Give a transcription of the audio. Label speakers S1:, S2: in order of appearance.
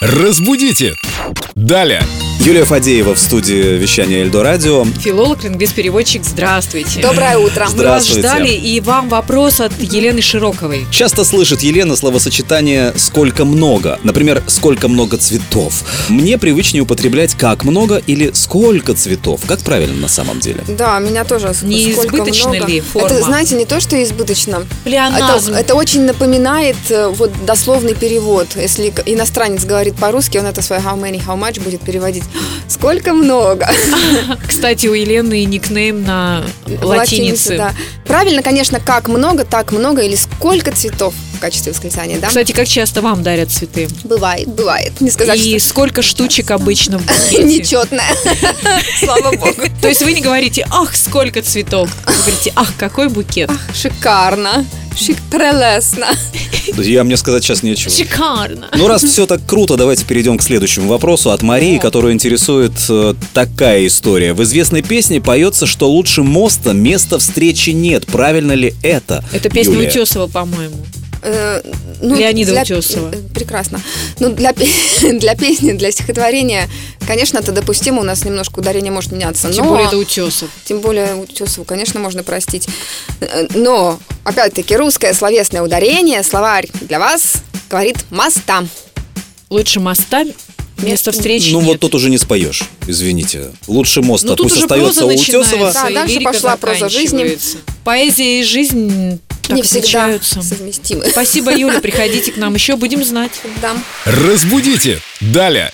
S1: Разбудите! Далее!
S2: Юлия Фадеева в студии вещания Эльдо Радио.
S3: Филолог, лингвист-переводчик, здравствуйте.
S4: Доброе утро.
S3: Мы вас
S2: Здравствуйте.
S3: ждали, и вам вопрос от Елены Широковой.
S2: Часто слышит Елена словосочетание «сколько много». Например, «сколько много цветов». Мне привычнее употреблять «как много» или «сколько цветов». Как правильно на самом деле?
S4: Да, меня тоже. ск-
S3: Не
S4: сколько
S3: избыточна
S4: много.
S3: ли форма?
S4: Это, знаете, не то, что избыточно. Это,
S3: Плеоназм.
S4: А, это очень напоминает э, вот дословный перевод. Если к- иностранец говорит по-русски, он это свое how many, how much будет переводить. Сколько много. э,
S3: Кстати, у Елены никнейм на латинице.
S4: да. Правильно, конечно, как много, так много или сколько цветов в качестве восклицания, да?
S3: Кстати, как часто вам дарят цветы?
S4: Бывает, бывает. Не сказать,
S3: и сколько штучек обычно в
S4: что
S3: букете?
S4: нечетное. Слава богу.
S3: То есть вы не говорите «Ах, сколько цветов!» Вы говорите «Ах, какой букет!»
S4: Шикарно. Шик прелестно.
S2: Я мне сказать сейчас нечего.
S3: Шикарно!
S2: Ну, раз все так круто, давайте перейдем к следующему вопросу от Марии, которую интересует э, такая история. В известной песне поется, что лучше моста места встречи нет. Правильно ли это?
S3: Это песня
S2: Юлия?
S3: Утесова, по-моему.
S4: Э, ну,
S3: Леонида Утесова.
S4: э, Прекрасно. Ну, для, пе- для песни, для стихотворения, конечно, это допустимо. У нас немножко ударение может меняться.
S3: Тем
S4: но,
S3: более это Утесов.
S4: тем более Утесову, конечно, можно простить. Э, Но, опять-таки, русское словесное ударение, словарь для вас говорит «моста».
S3: Лучше моста место встречи
S2: Ну,
S3: нет.
S2: вот тут уже не споешь, извините. Лучше моста
S3: Ну, тут
S2: пусть
S3: уже
S2: остается
S3: проза
S2: у
S3: начинается,
S2: Утесова.
S4: Да,
S3: и
S4: дальше
S3: лирика
S4: пошла проза жизни.
S3: заканчивается. Поэзия и жизнь так
S4: Не всегда
S3: отличаются.
S4: совместимы.
S3: Спасибо, Юля, приходите к нам еще, будем знать.
S4: Да.
S1: Разбудите! Далее!